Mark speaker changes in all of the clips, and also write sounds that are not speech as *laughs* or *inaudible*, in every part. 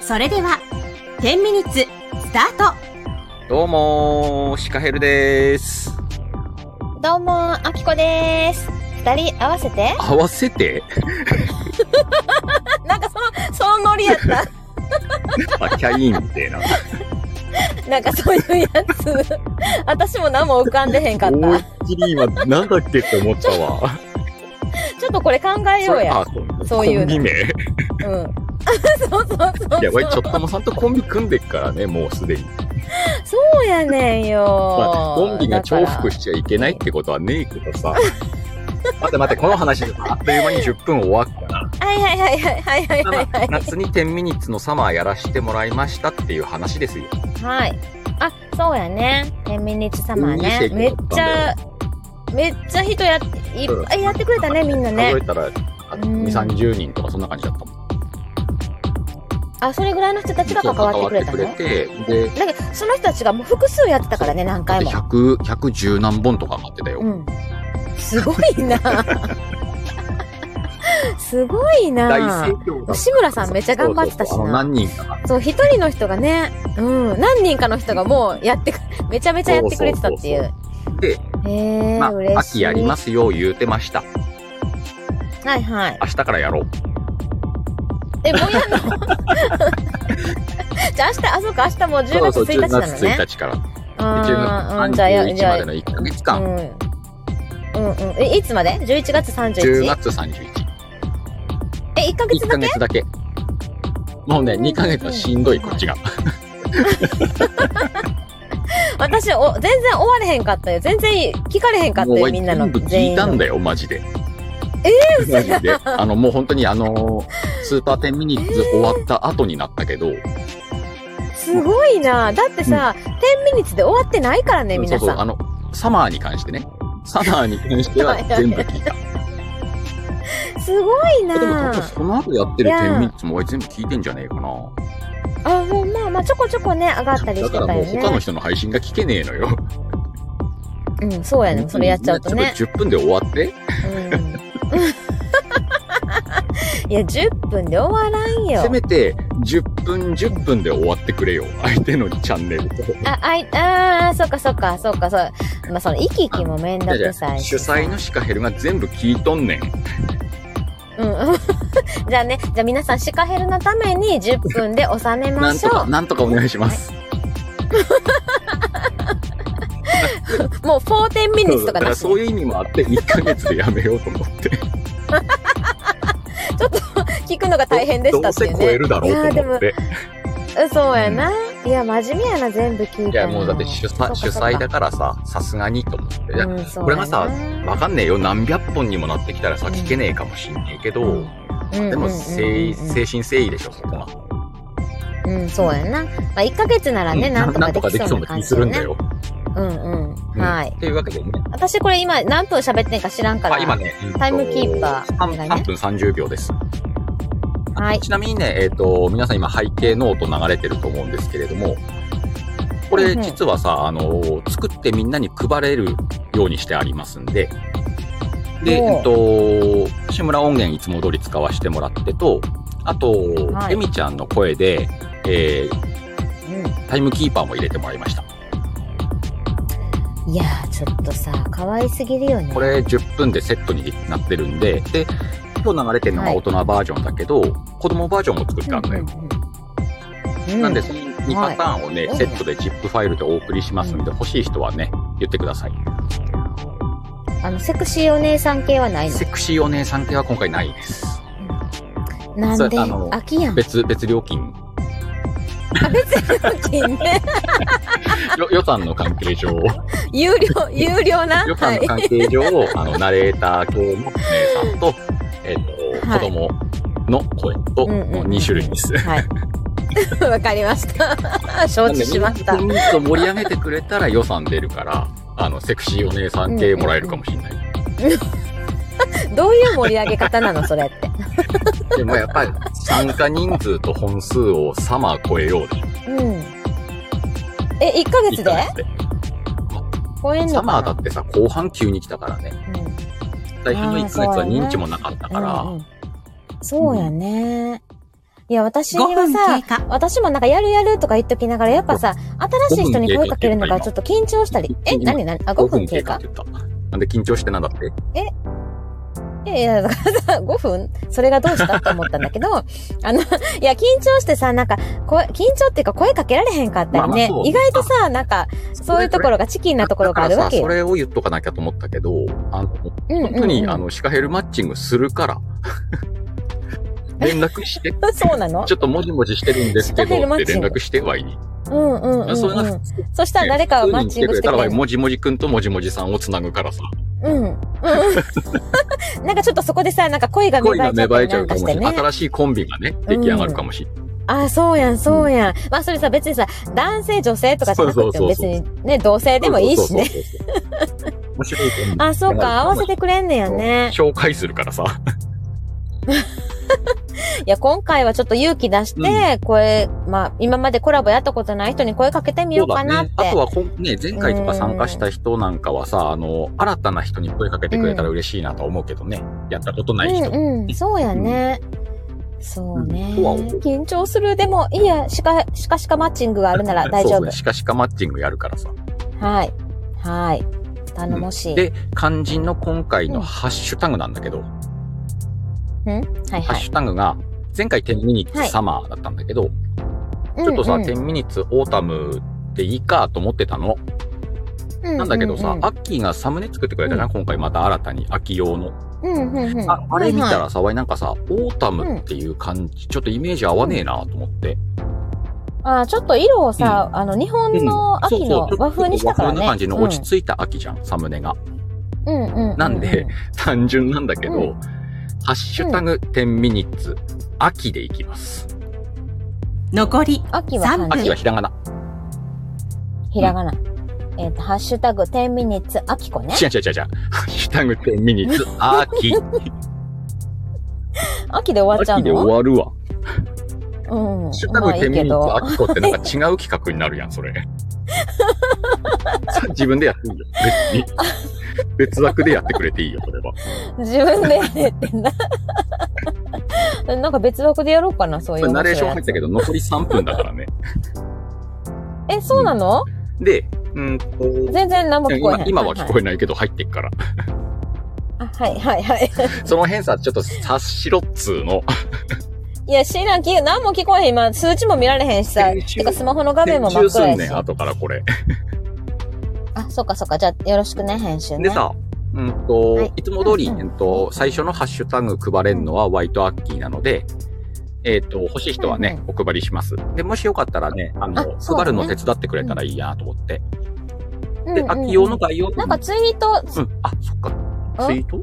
Speaker 1: それでは、10ミニッツ、スタート
Speaker 2: どうもー、シカヘルです。
Speaker 3: どうも、あきこです。二人合わせて
Speaker 2: 合わせ *laughs* て
Speaker 3: なんかその、そのノリやった。
Speaker 2: あ、キャインみたいな。
Speaker 3: *laughs* なんかそういうやつ。私も何も浮かんでへんかっ
Speaker 2: 思い
Speaker 3: た
Speaker 2: っ。きり今、なんだっけって思ったわ。
Speaker 3: ちょっとこれ考えようや。
Speaker 2: あ
Speaker 3: そういう
Speaker 2: コ
Speaker 3: の
Speaker 2: ンビ名。い
Speaker 3: うん。 *laughs* そうそうそう
Speaker 2: や、
Speaker 3: そう
Speaker 2: わい、ちょっ。ともさんとコンビ組んでっからね、もうすでに。
Speaker 3: そうやねんよ、
Speaker 2: まあ、コンビが重複
Speaker 3: し
Speaker 2: しちゃいけないってことはねえけどさ。待って待って、この話、あっという間に10分終わったな。
Speaker 3: はいはいはいはいはいはいはいはい。
Speaker 2: 夏に10ミニッツのサマーやらしてもらいましたっていう話ですよ。
Speaker 3: はい。あ、そうやね。天秤日様ね。めっちゃ、めっちゃ人やっ、いっぱいやってくれたね、みんなね
Speaker 2: 数え。たら、あ
Speaker 3: うん
Speaker 2: 2、30人とかそんな感じだったもん。
Speaker 3: あ、それぐらいの人たちが関わってくれた
Speaker 2: 関わ
Speaker 3: の
Speaker 2: ってくれて、で、
Speaker 3: だけど、その人たちがもう複数やってたからね、何回も。
Speaker 2: 100、110何本とか待ってたよ。
Speaker 3: うん。すごいな *laughs* すごい
Speaker 2: 大
Speaker 3: な
Speaker 2: 盛況だった。
Speaker 3: 志村さんめっちゃ頑張ってたし
Speaker 2: そうそうそうあ
Speaker 3: な。
Speaker 2: の、何人か
Speaker 3: そう、一人の人がね、うん、何人かの人がもうやってく、めちゃめちゃやってくれてたってい。
Speaker 2: そうで、
Speaker 3: へ
Speaker 2: ま
Speaker 3: ー、嬉しい。。
Speaker 2: あ、秋やりますすよ、言うてました。
Speaker 3: はいはい。
Speaker 2: 明日からやろう。
Speaker 3: え、もうやんの *laughs* じゃあ明日、あ、そうか、明日もう10月1日なの
Speaker 2: 10
Speaker 3: ね。
Speaker 2: 月1日から。で
Speaker 3: あーうん、
Speaker 2: 10
Speaker 3: じゃあ、
Speaker 2: 月
Speaker 3: やじ
Speaker 2: 31日
Speaker 3: ゃ
Speaker 2: ま
Speaker 3: あ、
Speaker 2: で
Speaker 3: う
Speaker 2: の1ヶ月
Speaker 3: ん。
Speaker 2: 間。
Speaker 3: うんうん。え、いつまで ?11 月
Speaker 2: 10
Speaker 3: 31?
Speaker 2: 月31日。
Speaker 3: え、1ヶ月だ
Speaker 2: 1ヶ
Speaker 3: け
Speaker 2: 月だけ。もうね、2ヶ月はしんどい、こっちが。
Speaker 3: 私お、全然終われへんかったよ。全然聞かれへんかった
Speaker 2: もう
Speaker 3: よ、
Speaker 2: 俺
Speaker 3: みんなの
Speaker 2: 全部。
Speaker 3: 全
Speaker 2: 聞い
Speaker 3: 員
Speaker 2: たん
Speaker 3: の。
Speaker 2: だよ、マジで。えマジで。あの、もう本当にあのー、スーパー10ミニッツ終わった後になったけど、
Speaker 3: すごいなだってさ、10ミニッツで終わってないからね、皆
Speaker 2: そうそう、
Speaker 3: さ
Speaker 2: あ
Speaker 3: ん。
Speaker 2: の、サマーに関してね。サマーに関し
Speaker 3: *laughs*
Speaker 2: ては全部聞いた。
Speaker 3: すごい
Speaker 2: でも、
Speaker 3: な
Speaker 2: 多分その後やってる
Speaker 3: いやー
Speaker 2: 10ミニッツも俺全部聞いてんじゃねえかな。
Speaker 3: あ、ほんま、まあ、ちょこちょこね、上がったり
Speaker 2: だ
Speaker 3: して
Speaker 2: か
Speaker 3: たよ
Speaker 2: らもう他の
Speaker 3: ね。
Speaker 2: 人の配信が聞けねえのよ。
Speaker 3: うん、そうやね。それやっちゃうとね。
Speaker 2: ちょっと10分で終わって。
Speaker 3: *laughs* うん。いや、10分で終わらんよ
Speaker 2: せ。めて、10分、10分で終わってくれよ。相手のチャンネルと。
Speaker 3: あ、あい、あー、そっかそっか、そっか、そう。まあ、その、行き来も面倒くさい
Speaker 2: 主
Speaker 3: しさ。
Speaker 2: 催のシカヘルが全部聞いとんねん。
Speaker 3: うん。 *laughs* じゃあね、じゃあ皆さん、シカヘルのために10分で収め
Speaker 2: な
Speaker 3: ま
Speaker 2: ん
Speaker 3: し
Speaker 2: と
Speaker 3: ょう
Speaker 2: か、。 *laughs* なんとかお願い
Speaker 3: *laughs*
Speaker 2: します。
Speaker 3: もう4 0ミニッツと
Speaker 2: だか
Speaker 3: からだし、ね
Speaker 2: そういう意味もあって、1ヶ月でやめようと思って。
Speaker 3: 聞くの *laughs* が大変でしたっていうね。
Speaker 2: どうせ超えるだろうと思っ
Speaker 3: いや、
Speaker 2: て。
Speaker 3: でも、そうやな。いや、真面目やな、全部聞い
Speaker 2: い
Speaker 3: た
Speaker 2: や、
Speaker 3: の
Speaker 2: もうだって主催、主催だからさ、さすがにと思って。いや
Speaker 3: うんそうやな
Speaker 2: これがさ、わかんねえよ。何百本にもなってきたらさ、
Speaker 3: うん
Speaker 2: 聞けねえかもしんねえけど、
Speaker 3: うん
Speaker 2: でも、誠意、
Speaker 3: うんうんうん
Speaker 2: 誠心誠意でしょ、そこは。
Speaker 3: うん、そうやな。まあ、1ヶ月ならね、
Speaker 2: うん
Speaker 3: なんと
Speaker 2: な
Speaker 3: か
Speaker 2: んとかで
Speaker 3: でき
Speaker 2: き
Speaker 3: そ
Speaker 2: そ
Speaker 3: ううな
Speaker 2: な気
Speaker 3: 感
Speaker 2: す
Speaker 3: じ
Speaker 2: る
Speaker 3: よ
Speaker 2: んだ
Speaker 3: ね。
Speaker 2: よ。
Speaker 3: うんうん。はい
Speaker 2: うん。。というわけでね。
Speaker 3: 私これ今何分喋ってんか知らんから。
Speaker 2: あ、今ね、えっと
Speaker 3: タイムキーパー
Speaker 2: 3
Speaker 3: お願いね
Speaker 2: 3分30秒です。
Speaker 3: はい。
Speaker 2: ちなみにね、えっ、と、皆さん今背景ノート流れてると思うんですけれども、こ
Speaker 3: う
Speaker 2: れ
Speaker 3: んうん
Speaker 2: 実はさ、あの、作ってみんなに配れるようにしてありますんで、で、
Speaker 3: おう
Speaker 2: えっと、志村音源いつも通り使わせてもらってと、あと、
Speaker 3: はい
Speaker 2: エミちゃんの声で、えータイムキーパーも入れてもらいました。
Speaker 3: うん。いやー、ちょっとさ、可愛すぎるよね。
Speaker 2: これ10分でセットになってるんで、で、今日流れてるのが大人バージョンだけど、子供バージョンも作ってあるのよ。
Speaker 3: うんうん。
Speaker 2: なんで、
Speaker 3: う
Speaker 2: その2パターンをね、
Speaker 3: はい
Speaker 2: セットで ZIP ファイルでお送りしますんで、欲しい人はね、言ってください。
Speaker 3: んあの、セクシーお姉さん系はない
Speaker 2: セクシーお姉さん系は今回ないです。
Speaker 3: のなんで
Speaker 2: そうあの
Speaker 3: 秋やん。
Speaker 2: 別、別料金。
Speaker 3: あ、別にね。
Speaker 2: よ予算の関係上、
Speaker 3: *laughs* 有料、
Speaker 2: *laughs*
Speaker 3: 有料な。
Speaker 2: 予
Speaker 3: は
Speaker 2: 算の
Speaker 3: い。
Speaker 2: 関係上、あの、ナレーター系のお姉さんと、えっ、と、
Speaker 3: はい
Speaker 2: 子供の声と、
Speaker 3: うんうんうん
Speaker 2: 2種類です。
Speaker 3: はい。 *laughs* わかりま
Speaker 2: *laughs*
Speaker 3: した。承知しました。
Speaker 2: なんでみんなと盛り上げてくれたら予算出るから、あの、セクシーお姉さん系もらえるかもしれない。
Speaker 3: どういう盛り上げ方なのそれって。
Speaker 2: でもやっぱり、参加人数と本数をサマー超えようで。
Speaker 3: うん。え、1ヶ月で
Speaker 2: いいかなって
Speaker 3: 公演
Speaker 2: サ
Speaker 3: の
Speaker 2: マ
Speaker 3: か
Speaker 2: ーだ
Speaker 3: な
Speaker 2: ってさ、後半急に来たからね。
Speaker 3: うん
Speaker 2: 最初の1ヶ月
Speaker 3: あーそう
Speaker 2: は
Speaker 3: だね
Speaker 2: 認知もなかったから、
Speaker 3: うんうんそうやね。いや、私
Speaker 1: 5
Speaker 3: は
Speaker 1: 分
Speaker 3: さ
Speaker 1: 経、過。
Speaker 3: 私もなんかやるやるとか言っときながら、やっぱさ、新しい人に声かけるのがちょっと緊張したり。え、
Speaker 2: 今
Speaker 3: 何何あ、5分経過
Speaker 2: って。言った。なんで緊張してなんだって。
Speaker 3: いやいや、だからさ、5分それがどうしたと思ったんだけど、あ *laughs* の、いや、緊張してさ、なんか、声、緊張っていうか声かけられへんかったりね。
Speaker 2: まあまあそう
Speaker 3: 意外とさ、なんか、そういうところがチキンなところがあるわけ
Speaker 2: だか
Speaker 3: よ。
Speaker 2: らさそれを言っとかなきゃと思ったけど、あの、
Speaker 3: うんうん
Speaker 2: 本当に、あの、シカヘルマッチングする
Speaker 3: *laughs*
Speaker 2: から。連絡して。
Speaker 3: うん。 *laughs* そうなの
Speaker 2: ちょっともじもじしてるんですけ
Speaker 3: シカヘル
Speaker 2: ど、
Speaker 3: マ
Speaker 2: っ
Speaker 3: ッ
Speaker 2: て
Speaker 3: チン
Speaker 2: 連
Speaker 3: グ
Speaker 2: 絡してはいい。
Speaker 3: うんうんうん、う。
Speaker 2: あそれなん
Speaker 3: そしたら誰かはマッチングしてく
Speaker 2: 普通に言ってくれたら
Speaker 3: れ
Speaker 2: わい
Speaker 3: る。
Speaker 2: もじもじくんともじもじさんをつなぐからさ。
Speaker 3: うん。うん。なんか *laughs* ちょっとそこでさ、なんか恋が芽
Speaker 2: 恋が
Speaker 3: 生
Speaker 2: 芽
Speaker 3: えちゃったり
Speaker 2: 生
Speaker 3: なか
Speaker 2: えちゃうんかも
Speaker 3: し
Speaker 2: してれな
Speaker 3: ね
Speaker 2: い。。新しいコンビがね、出来上がるかもしれない。
Speaker 3: あ、そうやん、そうやん。まあそれさ、別にさ、男性、女性とかじゃなくても
Speaker 2: そう
Speaker 3: 別
Speaker 2: そうそうそう
Speaker 3: にね、同性でもいいしね。
Speaker 2: そうそうそうそう。面白いコンビ
Speaker 3: あ、そうか、合わせてくれんねやね。
Speaker 2: 紹介するからさ。
Speaker 3: いや、今回はちょっと勇気出して、声、まあ、今までコラボやったことない人に声かけてみようかなって。
Speaker 2: そうだね、あとはこん、ね、前回とか参加した人なんかはさ、あの、新たな人に声かけてくれたら嬉しいなと思うけどね。やったことない人。
Speaker 3: うんうん、そうやね。そうね。
Speaker 2: とは思う
Speaker 3: 緊張する。でも、いいや、しか、しかしかマッチングがあるなら大丈
Speaker 2: そう
Speaker 3: 夫
Speaker 2: そう。しかしかマッチングやるからさ。
Speaker 3: はい。はい。頼もしい。
Speaker 2: で、肝心の今回のハッシュタグなんだけど、
Speaker 3: はい
Speaker 2: ハッ
Speaker 3: はい。
Speaker 2: シュタグが、前回10ミニッツサマーだったんだけど、ちょっとさ、
Speaker 3: うんうん
Speaker 2: 10ミニッツオータムでいいかと思ってたの。なんだけどさ、
Speaker 3: うん
Speaker 2: アッキーがサムネ作ってくれたじゃん、今回また新たに秋用の。
Speaker 3: うんうんうんうん
Speaker 2: ああれ見た
Speaker 3: は
Speaker 2: らさ、わいなんかさ、オータムっていう感じ、ちょっとイメージ合わねえなと思っ
Speaker 3: い
Speaker 2: て。
Speaker 3: はいあ、ちょっと色をさ、あの、日本の秋の和風にしたからね。
Speaker 2: 和風な感じの
Speaker 3: うん
Speaker 2: 落ち着いた秋じゃん、サムネが。 *laughs*
Speaker 3: うんうんうん。
Speaker 2: なんで、単純なんだけど、
Speaker 3: う
Speaker 2: ハッシュタグ10ミニッツ、秋でいきます。
Speaker 1: 残り
Speaker 3: 秋は
Speaker 1: うん
Speaker 3: 漢
Speaker 2: 秋
Speaker 3: 字
Speaker 2: はひらがな。
Speaker 3: ひらがな。えっと、ハッシュタグ10ミニッツ秋子ね。
Speaker 2: 違う違う違う違う。ハッシュタグ10
Speaker 3: *laughs*
Speaker 2: ミニッツ、秋。
Speaker 3: 秋で終わっちゃう
Speaker 2: 秋で
Speaker 3: の
Speaker 2: 終わるわ。
Speaker 3: うん。
Speaker 2: ハッシュタグ
Speaker 3: まあい
Speaker 2: 10
Speaker 3: い
Speaker 2: ミ
Speaker 3: け
Speaker 2: ニッ
Speaker 3: ど。
Speaker 2: ツ、秋子ってなんか違う企画になるやん、それ。 *laughs* さ自分でやっていいよ。別に。別枠でやってくれていいよ、それは。
Speaker 3: 自分でやれって *laughs* な。なんか別枠でやろうかな、そういう
Speaker 2: これナレー
Speaker 3: 面
Speaker 2: ショ
Speaker 3: 白いや
Speaker 2: ン入っ
Speaker 3: つ。
Speaker 2: たけど、残り3分だからね。
Speaker 3: え、そうなの
Speaker 2: で、うんと、
Speaker 3: 全然何も聞こえへ
Speaker 2: 今
Speaker 3: ん。
Speaker 2: 今は聞こえないけど入ってっから。
Speaker 3: あはいはいはい。
Speaker 2: その辺さ、ちょっと察しろっつーの。
Speaker 3: いや、知らん、き何も聞こえへん。今、数値も見られへんしさ。
Speaker 2: 編集
Speaker 3: てか、スマホの画面も真っ
Speaker 2: 編集す
Speaker 3: 暗
Speaker 2: ん
Speaker 3: や
Speaker 2: ね
Speaker 3: し
Speaker 2: ん、。後からこれ。
Speaker 3: あ、そっかそっか。じゃあ、よろしくね、編集ね。
Speaker 2: でさ、うんと、
Speaker 3: はい
Speaker 2: い、つも通り、
Speaker 3: うんうん
Speaker 2: えっと、最初のハッシュタグ配れるのはワイトアッキーなので、えっ、と、欲しい人はね、お配りします。で、もしよかったらね、あの、
Speaker 3: あそうだね
Speaker 2: 配るの手伝ってくれたらいいやと思って。
Speaker 3: うんうん
Speaker 2: で、
Speaker 3: うん
Speaker 2: 秋用の概要
Speaker 3: なんかツイート、
Speaker 2: うん、あ、そっか、ツイート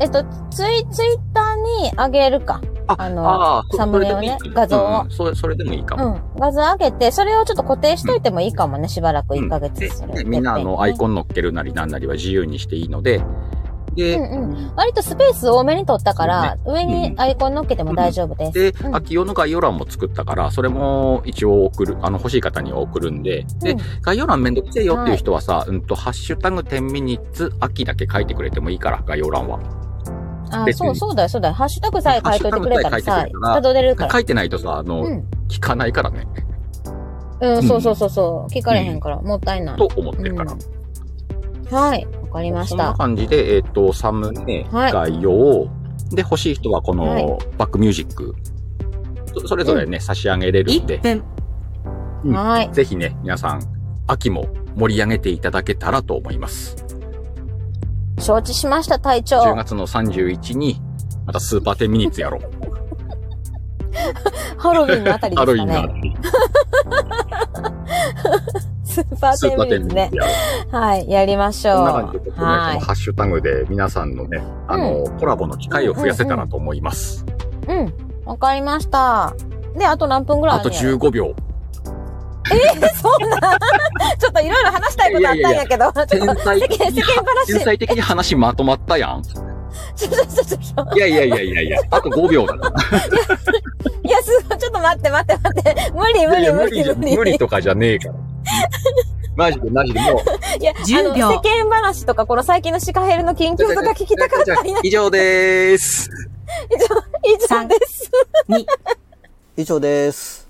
Speaker 3: えっと、ツイ、ツイッターにあげるか。
Speaker 2: あ
Speaker 3: あの
Speaker 2: ーそ
Speaker 3: サムネをね
Speaker 2: それでもいい
Speaker 3: 画像を
Speaker 2: うんうんそれ、それでもいいかも。
Speaker 3: うん。画像上げて、それをちょっと固定しといてもいいかもね、しばらく
Speaker 2: うん
Speaker 3: 1ヶ月
Speaker 2: で
Speaker 3: それ
Speaker 2: でみんなあのアイ
Speaker 3: ン。
Speaker 2: コン乗っけるなりなんなりは自由にしていいので、で、
Speaker 3: うん割とスペース多めに取ったから、上にアイコン乗っけても大丈夫です。
Speaker 2: で、
Speaker 3: うん
Speaker 2: 秋用の概要欄も作ったから、それも一応送る、あの、欲しい方には送るんで、で、
Speaker 3: うん
Speaker 2: 概要欄めんどくせえよっていう人はさ、うんと、ハッシュタグ10ミニッツ秋だけ書いてくれてもいいから、概要欄は。
Speaker 3: あ、
Speaker 2: 別に
Speaker 3: そう、そうだよ、そうだよ。ハッシュタグさえ書いといてくれたら
Speaker 2: ハ
Speaker 3: さ
Speaker 2: ッシュタグさえ書いてくれた、ら
Speaker 3: たどれるから。
Speaker 2: 書いてないとさ、あの、
Speaker 3: うん。
Speaker 2: 聞かないからね、
Speaker 3: う、
Speaker 2: うんん
Speaker 3: そうそうそうそう。聞かれへんから、もったいない。
Speaker 2: と思ってるから。
Speaker 3: うんはい。わかりま
Speaker 2: そ
Speaker 3: し
Speaker 2: んな
Speaker 3: た。
Speaker 2: 感じで、えっ、と、サムネ、
Speaker 3: はい
Speaker 2: 概要、で、欲しい人はこの、
Speaker 3: はい
Speaker 2: バックミュージック、そそれぞれね、差し上げれるんで
Speaker 1: 1、分。
Speaker 2: うん
Speaker 3: はい。
Speaker 2: ぜひね、皆さん、秋も盛り上げていただけたらと思います。
Speaker 3: 承知しました、隊
Speaker 2: 10
Speaker 3: 長。
Speaker 2: 月の31に、またスーパーテンミニッツやろう。
Speaker 3: ハロウィンのあたりで
Speaker 2: ハロウ
Speaker 3: すか
Speaker 2: ィンのあ
Speaker 3: ね
Speaker 2: た。り、
Speaker 3: スーパー
Speaker 2: ス
Speaker 3: テ
Speaker 2: ーパーテン
Speaker 3: ンミニ
Speaker 2: ミニッ
Speaker 3: ね
Speaker 2: ツ。やろう。
Speaker 3: はい。やりましょう。
Speaker 2: こんな感じで、ね、その
Speaker 3: はい。
Speaker 2: ハッシュタグで皆さんのね、あの、コラボの機会を増やせたらと思います。
Speaker 3: うん。わかりました。で、あと何分ぐらい
Speaker 2: あと
Speaker 3: るんやろ
Speaker 2: 15秒。
Speaker 3: *laughs* そんな。ちょっといろいろ話したいことあったんやけど。ち
Speaker 2: 天
Speaker 3: ょっと
Speaker 2: 才
Speaker 3: *laughs* 世
Speaker 2: 的
Speaker 3: 間、
Speaker 2: に
Speaker 3: 世、間
Speaker 2: 天
Speaker 3: 話。
Speaker 2: 才的に話まとまったやん。
Speaker 3: ちょちょちょちょ。
Speaker 2: いやいやいやいやいや、あと5秒だから。
Speaker 3: *laughs* いや、すごい。ちょっと待って待って待って。無理無
Speaker 2: いやい
Speaker 3: 理
Speaker 2: や
Speaker 3: 無
Speaker 2: 無理じゃ、
Speaker 3: 理無
Speaker 2: 無
Speaker 3: 理
Speaker 2: 理。とかじゃねえから。マジでマジで
Speaker 3: *laughs*
Speaker 2: もう。
Speaker 3: いや、あの、
Speaker 1: 10秒
Speaker 3: 世間話とか、この最近のシカヘルの近況とか聞きたかったんや。
Speaker 2: 以上でーす。
Speaker 3: 以上です。
Speaker 1: 3、2、
Speaker 4: 以上です。